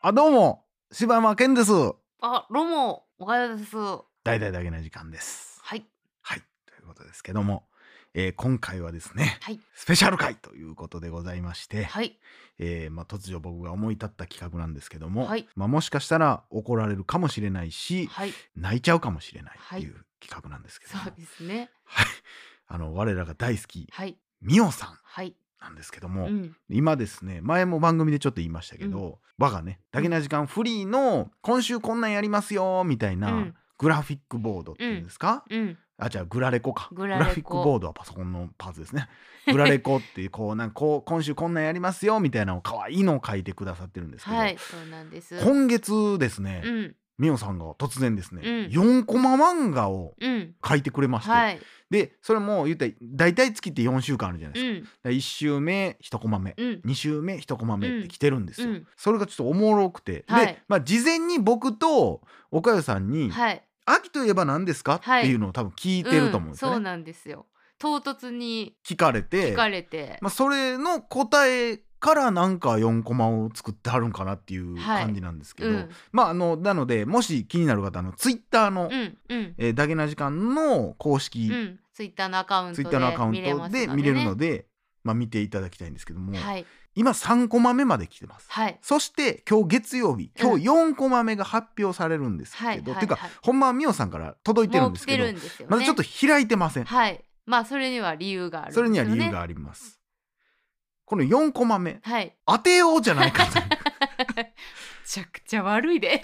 あ、どうも、柴山健です。あ、ロモ、おはようです。は大々だけな時間です。い。はい、ということですけども、えー今回はですね、はいスペシャル回ということでございまして、はい。えーまあ、突如僕が思い立った企画なんですけども、はいまあ、もしかしたら怒られるかもしれないし、はい。泣いちゃうかもしれないはっいていう企画なんですけども、そうですね。はい、あの我らが大好きはい。ミオさんはい。なんですけども、うん。今ですね前も番組でちょっと言いましたけど、我がね「だけな時間フリー」の「今週こんなんやりますよ」みたいな、うんグラフィックボードっていうんですか、うん。あじゃあグラレコかグラレコフィックボードはパソコンのパーツ ですねグラレコっていうこうなんかこう今週こんなんやりますよみたいなのを可愛いのを書いてくださってるんですけど、はい。そうなんです。今月ですね、うん。ミオさんが突然ですね、うん4コマ漫画をうん。書いてくれまして、はい。でそれも言ったら大体月って4週間あるじゃないうですか、ん。だから1週目1コマ目、うん。 2週目1コマ目っうてん来てるんですよ、うんそれがちょっとおもろくて、はいで、まあ、事前に僕と岡代さんに「はい。秋といえば何ですか?」っていうのを多分聞いてると思うんですよね、そうなんですよ。唐突に聞かれて聞かれて。まあ、それの答えからなんか4コマを作ってはるんかなっていうはい感じなんですけど、うん。まああのなのでもし気になる方あのツイッターの、うん。うん。えーだけな時間の公式、うん。ツイッターのアカウントツイでッターのアカウン見れまトすでの見れるのね。で、まあ、見ていただきたいんですけども、はい。今3コマ目まで来てます。はい。そして今日月曜日今日4コマ目が発表されるんですけど、はいってはいいうか、はいほんまはみおさんから届いてるもんうで来すけてど、るんですよ。まだちょっと。開いてません、はい。まあ、それには理由があるんですそよれね。には理由がありますこの4コマ目はい。当てようじゃないかというめちゃくちゃ悪いで。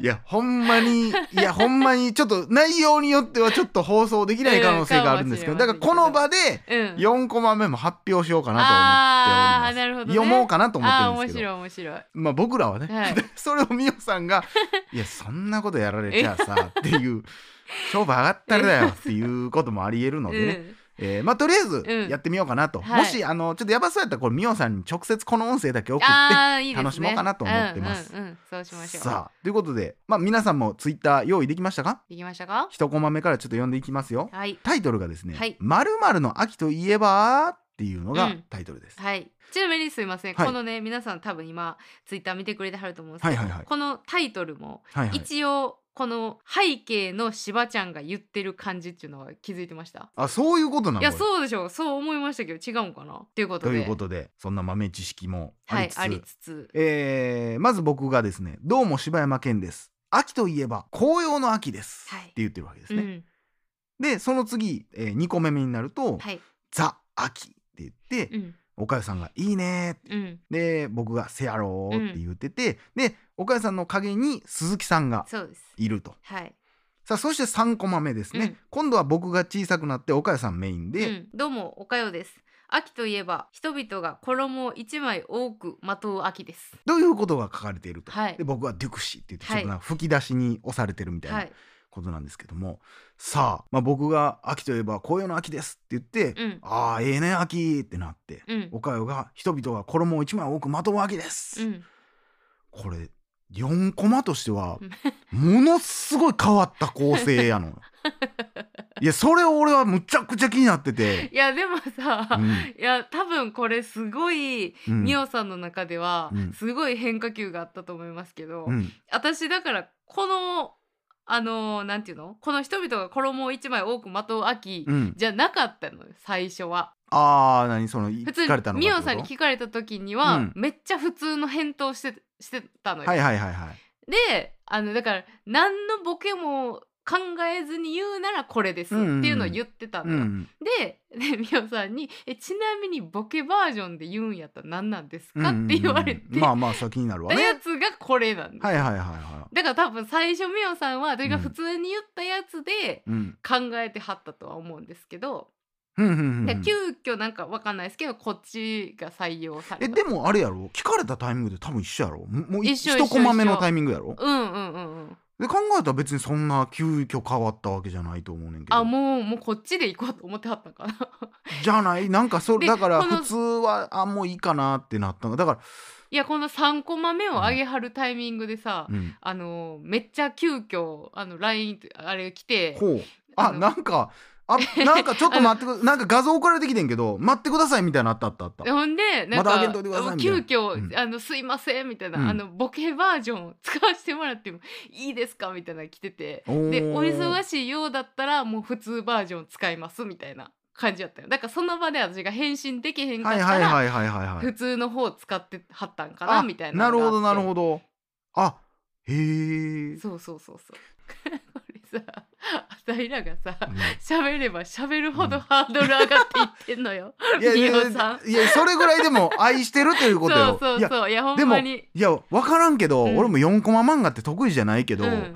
いやほんまにいやほんまにちょっと内容によってはちょっと放送できない可能性があるんですけど、うんだかからもしれませんけこどの場でうん。 4コマ目も発表しようかなとあ思あーっておりますなるほど、ね、読もうかなと思ってあるあーんで面すけど白い面白い。まあ僕らはね、 はいそれをみおさんが「いやそんなことやられちゃさ」っていう「商売上がったりだよ」っていうこともありえるのでね、えーまあとりあえうずんやってみようかなと、はもいしあのちょっとやばそうやったらこれみおさんに直接この音声だけう送ん、っああいいですね。楽しもうかなと思ってますうんうんうん、そうしましてょう。さあということで、まあ、皆さんもツイッター用意できましたかできましたか？一コマ目からちょっと読んでいきますよ。はいタイトルがですねはいまるまるの秋といえばっていうのうがんタイトルです。はい。ちなみにすいません、はいこのね皆さん多分今ツイッター見てくれてはると思うんですけど、はいはいはいこのタイトルもはいはい。一応この背景のしばちゃんが言ってる感じっていうのは気づいてました。あそういうことなのいやこれそうでしょうそう思いましたけど違うんかなっていうこととでいうことでそんな豆知識もあはりいつつ,、ありつつえーまず僕がですね「どうも柴山健です秋といえば紅葉の秋です」はいって言ってるわけですうね。んでその次、え2個目になると「はいザ・秋」って言って、うん岡谷さんが「いいね」ってうんで僕が「せやろ」って言ってて、で岡谷さんの陰に鈴木さんがそうですいると。はいさあそして3コマ目ですね、うん今度は僕が小さくなって岡谷さんメインで、うん、どうもおかよです秋といえば人々が衣を一枚多くまとう秋ですどういうことが書かれていると、はいで僕は「デュクシ」って言ってちはょいっとなんか吹き出しに押されてるみたいはないことなんですけども、さあ、まあ、僕が「秋といえば紅葉の秋です」って言って「うんああええね秋」ってなって、うん岡谷が「人々が衣を一枚多くまとう秋です」うんこれ4コマとしてはうんものすごい変わった構成や のいやそれ俺はむちゃくちゃ気になってて。いやでもさ、うんいや多分これすごいうんミオさんの中ではうんすごい変化球があったと思いますけど、うん私だからこのあのーなんていうのこの人々が衣を一枚多くまとう秋うん、じゃなかったのよ最初はああ何その普通聞かれたのにミかオってことさんに聞かれた時には、うんめっちゃ普通の返答してしてたのよ、はいはいはいはいであのだから何のボケも考えずに言うならこれですっうてんうんうんいうのを言ってたのうよ。んで でみおさんにえ「ちなみにボケバージョンで言うんやったら何なんですうんうんか?」うっんて言われてまあまあ先になるわたねやつがこれなんです。はいはいはいはだから多分最初みおさんはそれがうん普通に言ったやつでいうん考えてはったとは思うんですけど、ふんふんふんふでん急遽なんかわかんないですけどこっちが採用されえた。でもあれやろ聞かれたタイミングで多分一緒やろももうい一緒一コマ目一緒の一緒タイミングやろうんうんうんうん。で考えたら別にそんな急遽変わったわけじゃないと思うねんけどあもうもうこっちで行こうと思ってはったんかな。じゃないなんかそれでだからこの普通はあもういいかなってなったのだかいやこの3コマ目を上げはるタイミングでら、さ、うん、あのめっちゃ急遽あの LINE あれ来てほうああのなんかあなんかちょっ と待ってくなんか画像送られてきてんけど待ってくださいみたいなのあったあったあったほんでなまんだか上げんといてくださいみたい急な遽、うんあのすいません」みたいな、うんあのボケバージョンを使わせてもらってもいいですかみたいなの来てておーでお忙しいようだったらもう普通バージョン使いますみたいな感じだったよだからその場で私が返信できへんかっはいたら、はいはいはいはいはい普通の方を使ってはったんかなあみたいななるほどなるどほどあへえ そうそうそうそう これさあたいらがさ喋れば喋るほどハードル上がっていってん のよ、いやい美や穂さんいやそれぐらいでも愛してるということ そよいうそうやそういやほでんもまいにや分からんけど、うん俺も4コマ漫画って得意じゃないけど、うん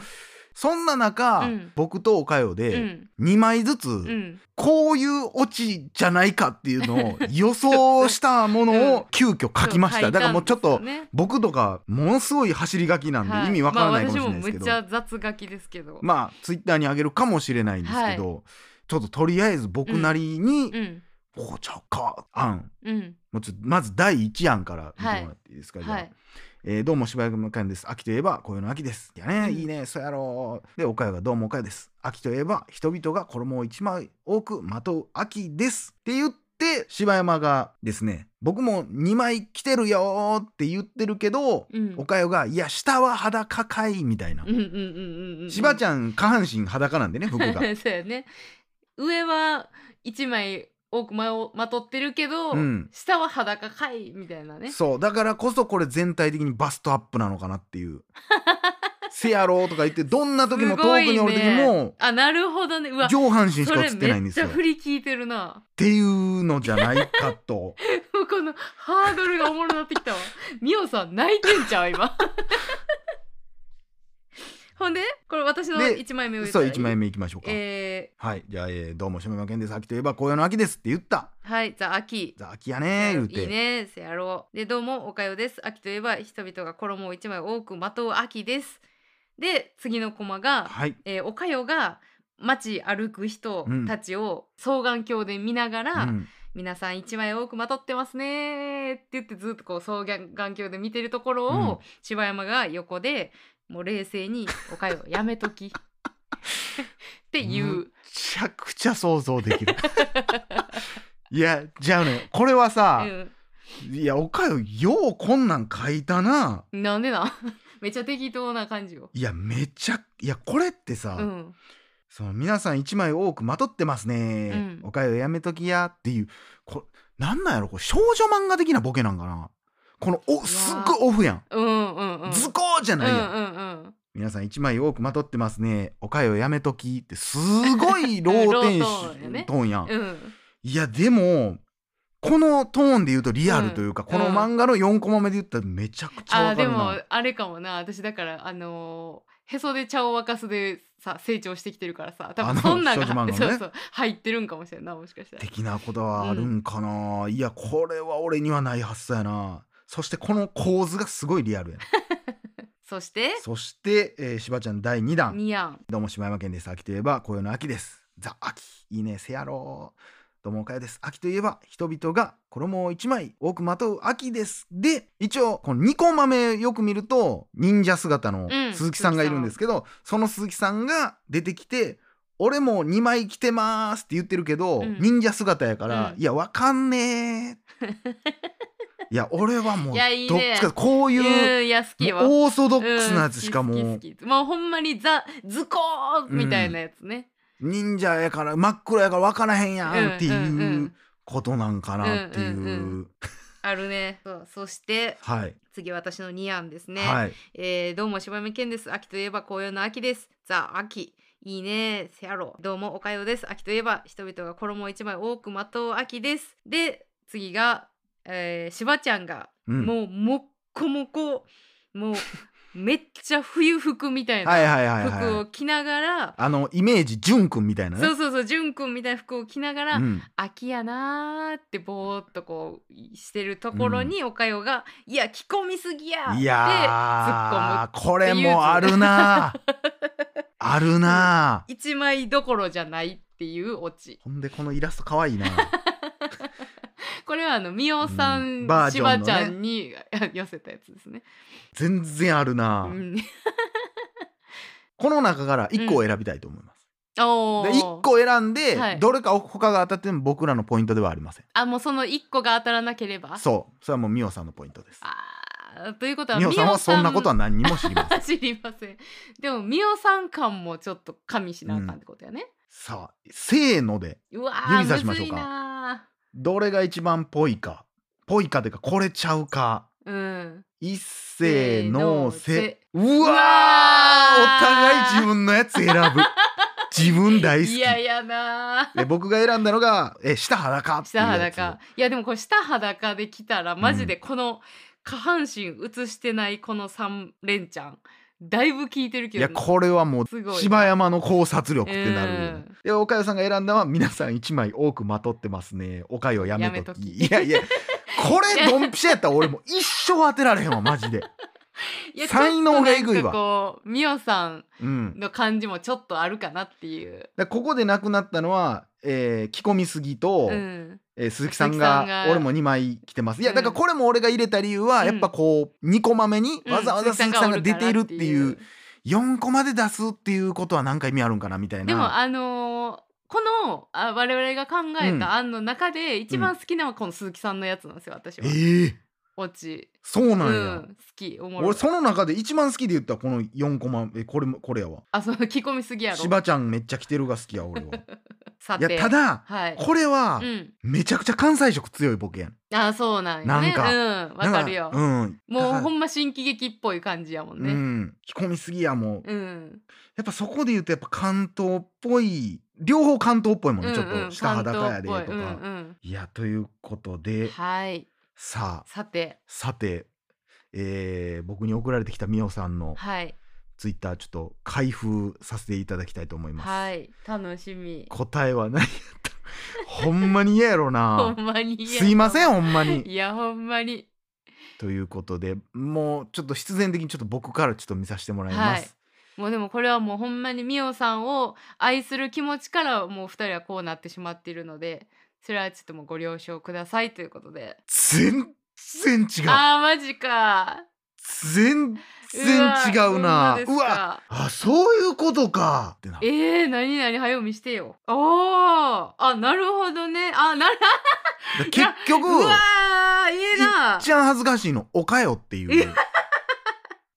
そんな中、うん僕とおかようでん2枚ずつ、うんこういうオチじゃないかっていう のを予想したものうんを急遽書きました、そうだからもうちょっ書いとたんですよね僕とかものすごい走り書きなんではい意味わからないかもしれまあないですけど、私まもあ、むっちゃ雑書きですけど、ツイッターにあげるかもしれないんですけど、ちょっととりあえず僕なりにうん「こうちゃうか」案うんもうちょっとまず第1案から見てもらっていいですか、じゃあはいえーどうも柴山の会です。秋といえばこういうの秋です。いやね、うんいいね、そうやろう。で、おかよがどうもおかよです。秋といえば人々が衣を一枚多くまとう秋です。って言って、柴山がですね、僕も2枚着てるよーって言ってるけど、うんおかよが、いや、下は裸かいみたいなう。んうんうんうんうん柴ちゃん、下半身裸なんでね、服が。 そうやね上は一枚多くまをまとってるけど、うん下は裸かいみたいなねそう、だからこそこれ全体的にバストアップなのかなって いう。せやろうとか言って、どんな時も遠くすごいにおる時ねも、あなるほどねうわ上半身しそか映れってないんめでっすちゃよ。振り聞いてるなっていうのじゃないか ともうこのハードルがおもろなってきたわ。ミオさん泣いてんちゃ う今。ほんでこれ私ので一枚目を言ったそらういい1枚目いきましょうか、えはいじゃあ、えーどうも島山健です秋といえば紅葉の秋ですって言ったー、はいザ・アキ。じゃあ秋やねー言うていいねせやろう。でどうもおかよです。秋といえば人々が衣を一枚多くまとう秋です。で次のコマが、はいえーおかよが街歩く人たちを双眼鏡で見ながら、うん皆さん一枚多くまとってますねーって言ってずっとこう双眼鏡で見てるところうんを柴山が横でもう冷静に「おかよやめとき」って言むう。ちゃくちゃ想像で きるいやじゃあねこれはさ、いやおかよようこんなん書いたなうん、なんでなん めっちゃ適当な感じよ。いやめちゃいやこれってさ、うん、その皆さん一枚多くまとってますね、うんおかよやめときやっていうこなんなんやろこれ少女漫画的なボケなんかなこのおすっごいオフやんうんうんうん。ズコーじゃないやん、うんうんうん。皆さん一枚多くまとってますねおかよやめときってすごいローテンシ ロートーンやねトーンやん、うん、いやでもこのトーンで言うとリアルというか、うこんの漫画の4コマ目で言ったらめちゃくちゃあわかーでるなもあれかもな私だからあのーへそで茶を沸かすでさ成長してきてるからさ多あ分のそんなんが、少女漫画のねそうそう入ってるんかもしれんなもしかしたら。的なことはあるんかな、いやこれは俺にはない発想やなそしてこの構図がすごいリアルやなそしてそして、えー、しばちゃん第2弾ニアンどうも柴山県です。秋といえば紅葉の秋です。ザ・秋。いいね、せやろう。どうもおかよです。秋といえば人々が衣を一枚多くまとう秋です。で、一応、この2コマ目よく見ると、忍者姿のうん鈴木さんがいるんですけど、その鈴木さんが出てきて、俺も2枚着てますって言ってるけど、うん忍者姿やから、うんいや、わかんねえ。いや、俺はもう、どいやいいっねちか、こういう、うんいや好きよもうオーソドうックスんなやつしかもう、好き好き好きもうほんまにザズコーみたいなやつね、忍者やから真っ黒やから分からへんうやんんってんいうんうことなんかなっていう。うんうんうあるねそうそしてはい、次私のニアンですね、はい、えーどうも柴山健です秋といえば紅葉の秋ですザ秋いいねせやろどうもおかようです秋といえば人々が衣を一枚多くまとう秋ですで次が、えー、しばちゃんがうんもうもっこもこもうめっちゃ冬服みたいはいなはいはい服はをい。着ながらあのイメージジュン君みたいなね。そうそうそう純くんみたいな服を着ながら、うん秋やなーってぼーっとこうしてるところにおかよが「いや着込みすぎや!」ってい突っ込やーこれっていうもある なあるなむ一枚どころじゃないっていうオチほんでこのイラスト可愛いなこれはあのみおさん、うんバージしョばンのねちゃんに寄せたやつですね。全然あるな、 うん、この中から1個を選びたいと思います、おでー1個選んで、はいどれか他が当たっても僕らのポイントではありませんあもうその一個が当たらなければそうそれはもうミオさんのポイントですあーということはミオさんはミそんなことは何にも知 りません知りませんでもミオさん感もちょっと加味しなあかんってことやね、さあせーのでうわー指さしましょうかむずいなどれが一番ぽいかぽいかというかこれちゃうかーうんいっせーのせうわーうわーお互い自分のやつ選 ぶ自分大好きいやいやなーで僕が選んだのがえ下裸 っていう下やつ裸いやでもこれ下裸できたらマジでこの下半身映してないこの3連チャンだいぶ効いてるけいどやこれはもうすごい芝山の考察力ってなるよね、うんで岡代さんが選んだのは皆さん1枚多くまとってますねおかよやめときやめときいやいやこれドンピシャやったら俺もう一生当てられへんわマジで、いや才能がえぐいわちょっとなんかこうミオさんうん、の感じもちょっとあるかなっていう、でここでなくなったのは、えー、着込みすぎと、うん、えー鈴木さん鈴木がさんが俺も2枚着てますいやうんだからこれも俺が入れた理由は、うんやっぱこう2個まめにわざわざ鈴木さんが出ているっていう,、おから4個まで出すっていうことは何か意味あるんかなみたいでもなあのーこのあ我々が考えた案の中で一番好きなのはこの鈴木さんのやつなんですよ私はえ。ー、オチ。そううなんや、ん、好きおもろい俺その中で一番好きで言ったらこの4コマえこれもこれやわあその 聞き込みすぎやろ。しばちゃんめっちゃ着てるが好きや俺 はさいてやただはい。これはうん。めちゃくちゃ関西色強いボケやんあそうなんよね。なんかうんわかるなんよ。かうんもうだかほんま新喜劇っぽい感じやもんらうね。ん着込みすぎやもううん。うんやっぱそこで言うとやっぱ関東っぽい両方関東っぽいもんね、ちょっと下裸やでとか、関東っぽいうんいやということうでん、はい。さあさてさてえー僕に送られてきたみおさんのはいツイッターちょっと開封させていただきたいと思います、はい楽しみ。答えは何やったほんまに嫌やろ ほなんまに嫌すいません。ほんまにいやほんまに。ということでもうちょっと必然的にちょっと僕からちょっと見させてもらいます、はいもうでもこれはもうほんまにミオさんを愛する気持ちからもう二人はこうなってしまっているのでそれはちょっともうご了承くださいということで全然違うあーマジか全然違うなううわほんまですわかあそういうことかってなえー、何何早読みしてよおーあなるほどねあなるで結局うわいーいいなっちゃん恥ずかしいの「おかよ」っていういや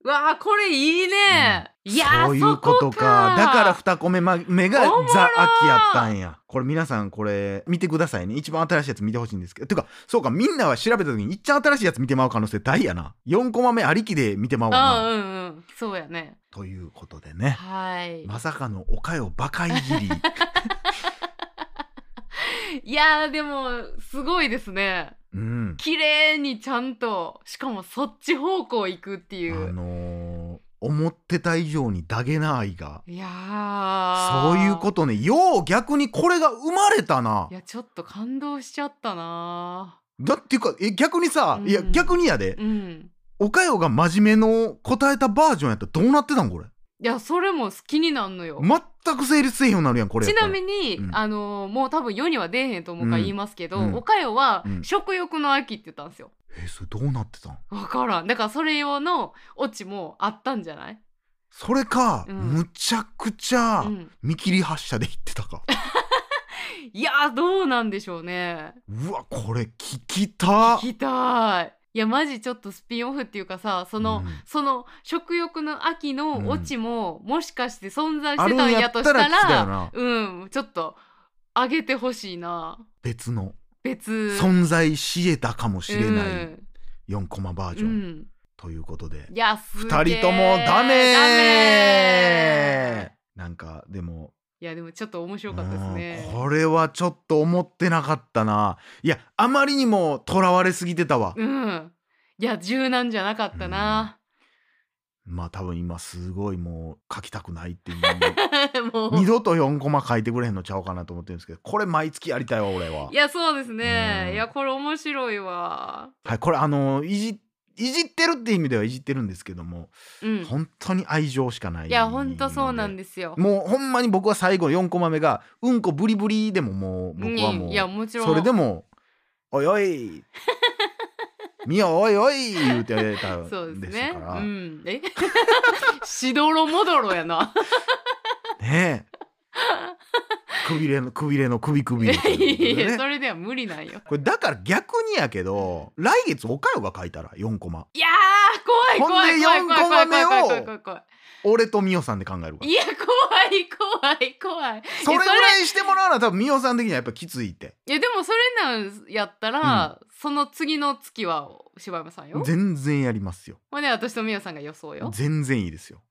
うわーこれいいね、うんいやーそういうことそかかだから2個目ま目がおもろザ・アキやったんやこれ皆さんこれ見てくださいね一番新しいやつ見てほしいんですけどてかそうかみんなは調べた時にいっちゃん新しいやつ見てまう可能性大やな4コマ目ありきで見てまうわあなうんうんそうやねということでねはい、まさかの「おかよバカいじ り」いやーでもすごいですねうん綺麗にちゃんとしかもそっち方向行くってあいうのー思ってた以上にダゲな愛がいやそーういうことねよう逆にこれが生まれたないやちょっと感動しちゃったなだっていうかえ逆にさ、いやうん逆にやでーうんおかよが真面目の答えたバージョンやったらどうなってたんこれいやそれも好きになんのよ、全く成立せえへんようになるやんこれちなみにに、うんあのーもう多分世には出えへんと思うから言いますけど、うんおかよはうん食欲の秋って言ったんですよえそれどうなってたんわからんだからそれ用のオチもあったんじゃない、それか、うんむちゃくちゃうん、見切り発車で言ってたかいやーどうなんでしょうねうわこれ聞きた聞きたいいやマジちょっとスピンオフっていうかさその、うんその食欲の秋のオチも、もしかして存在あしるてたんんややったとしらたら聞きたよなうんちょっと上げてほしいな別の別存在し得たかもしれなういん4コマバージうョン、ん、ということでいやす二げー人ともダメダメーなんかでもいやでもちょっと面白かったですうねんこれはちょっと思ってなかったないやあまりにもとらわれすぎてたわ、うんいや柔軟じゃなかったな、まあ多分今すごいもう書きたくないっていうも う二度と4コマ書いてくれへんのちゃうかなと思ってるんですけどこれ毎月やりたいわ俺はいやそうですね、うんいやこれ面白いわはいこれあのいじいじってるって意味ではいじってるんですけども、うん本当に愛情しかないいやほんとそうなんすですよもうほんまに僕は最後4コマ目がうんこブリブリでももう僕はもう、んいやもちろんそれでも「おいお いみよおいおい」言うてたんでそうですすね。かうらねん、 えしどろもどろやな。えくびれのくびれの首首いみやたいなことでねいやそれでは無理なんよこれだから逆にやけど来月おかよが書いたら4コマいやー怖い怖い怖い怖い怖い怖い怖い怖い怖い怖い俺とみおさんで考えるからいや怖い怖い怖いそれぐいやそれらいしてもらうのは多分みおさん的にはやっぱきついっていやでもそれなんやったら、その次の月は柴山さんよ全然やりますよほんで私と美桜さんが予想よ全然いいですよ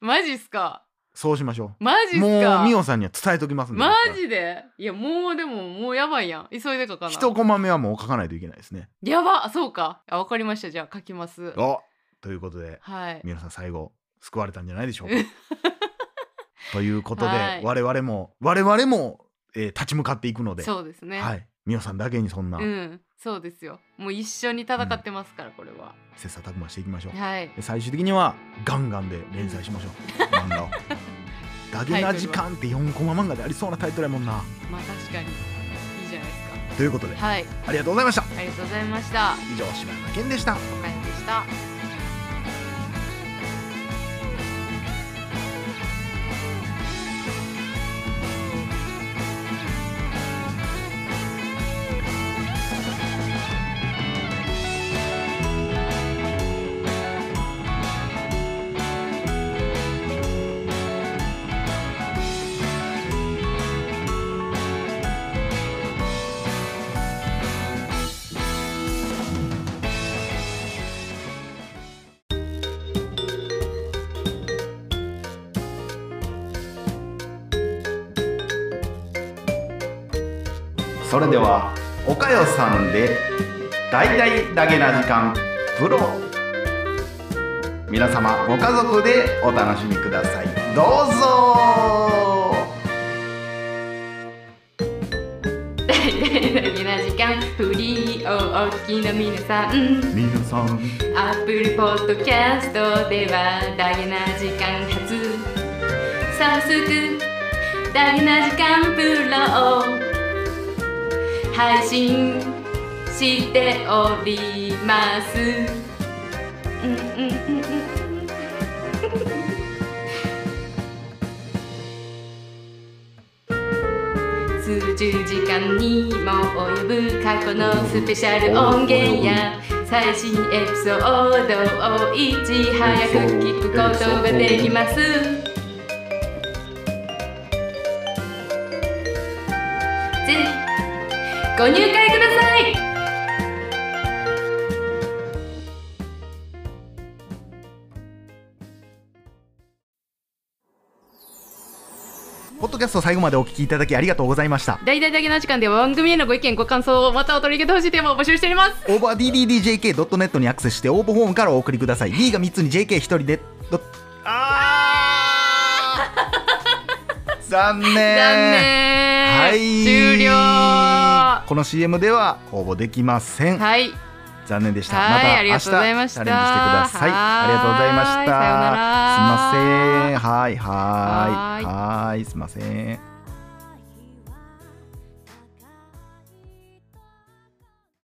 マジっすかそうしましょマジうっもすうかみおさんには伝えときますんでマジでいやもうでももうやばいやん急いで書かな一コマ目はもう書かないといけないですねやばそうかあわかりましたじゃあ書きますおということではい皆さん最後救われたんじゃないでし ょうかということで、はい我々も我々も、えー立ち向かっていくので、そうですねはい、美桜さんだけにそんなうんそうですよもう一緒に戦ってますから、これは切磋琢磨していきましょう、はいで最終的にはガンガンで連載しましょ う漫画を「ダゲな時間」って4コマ漫画でありそうなタイトルやもんなまあ確かにいいじゃないですということでかはいありがとうございましたありがとうございました以上柴山健でしたおかえりでしたそれでは岡代さんで「だいたいダゲな時間プロ」皆様ご家族でお楽しみくださいどうぞ大変な時間フリーをお聞きの皆さん皆さん Apple Podcast ではダゲな時間発早速ダゲな時間プロを配信しておりますうんうんうんうん数十時間にも及ぶ過去のスペシャル音源や最新エピソードをいち早く聞くことができますぜひご入会くださいポッドキャスト最後までお聞きいただきありがとうございました大々だけの時間では番組へのご意見ご感想をまたお取り上げてほしいテーマを募集しておりますオーバー DDDJK.net にアクセスして応募フォームからお送りください D が3つに JK1 人でどあー残念残念、はい終了はこの CM では応募できません、い残念でしたはいまたあり明が日チとうございましたャレンジしてくださいはありがとうございましたすいませーいさようならんはいはいはーいはいすいません